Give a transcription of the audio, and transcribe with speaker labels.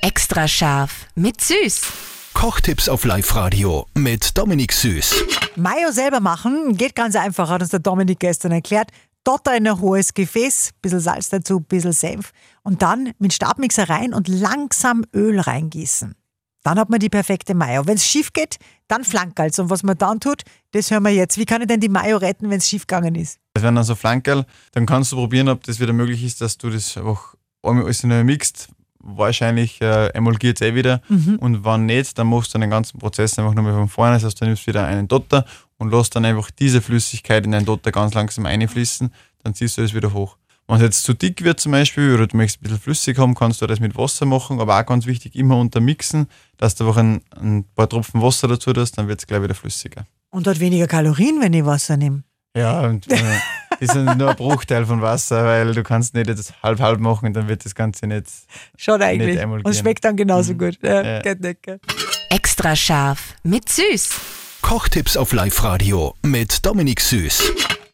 Speaker 1: Extra scharf mit Süß.
Speaker 2: Kochtipps auf Live-Radio mit Dominik Süß.
Speaker 3: Mayo selber machen geht ganz einfach, hat uns der Dominik gestern erklärt. Dotter in ein hohes Gefäß, bisschen Salz dazu, bisschen Senf und dann mit Stabmixer rein und langsam Öl reingießen. Dann hat man die perfekte Mayo. Wenn es schief geht, dann Flankerls. Und was man dann tut, das hören wir jetzt. Wie kann ich denn die Mayo retten, wenn es schief gegangen ist?
Speaker 4: Das wären dann so Flankerl. Dann kannst du probieren, ob das wieder möglich ist, dass du das einfach einmal alles in einmal mixt. Wahrscheinlich äh, emulgiert es eh wieder. Und wenn nicht, dann machst du den ganzen Prozess einfach nochmal von vorne. Das heißt, du nimmst wieder einen Dotter und lässt dann einfach diese Flüssigkeit in den Dotter ganz langsam einfließen. Dann ziehst du es wieder hoch. Wenn es jetzt zu dick wird zum Beispiel oder du möchtest ein bisschen flüssig haben, kannst du das mit Wasser machen. Aber auch ganz wichtig, immer untermixen, dass du einfach ein, ein paar Tropfen Wasser dazu tust, dann wird es gleich wieder flüssiger.
Speaker 3: Und hat weniger Kalorien, wenn ich Wasser nehme.
Speaker 4: Ja, und äh, das ist nur ein Bruchteil von Wasser, weil du kannst nicht jetzt halb-halb machen, dann wird das Ganze nicht.
Speaker 3: Schon eigentlich.
Speaker 4: einmal
Speaker 3: Und
Speaker 4: gehen.
Speaker 3: schmeckt dann genauso gut. Ja,
Speaker 4: Ja.
Speaker 3: Geht nicht, gell?
Speaker 1: Extra scharf mit Süß.
Speaker 2: Kochtipps auf Live-Radio mit Dominik Süß.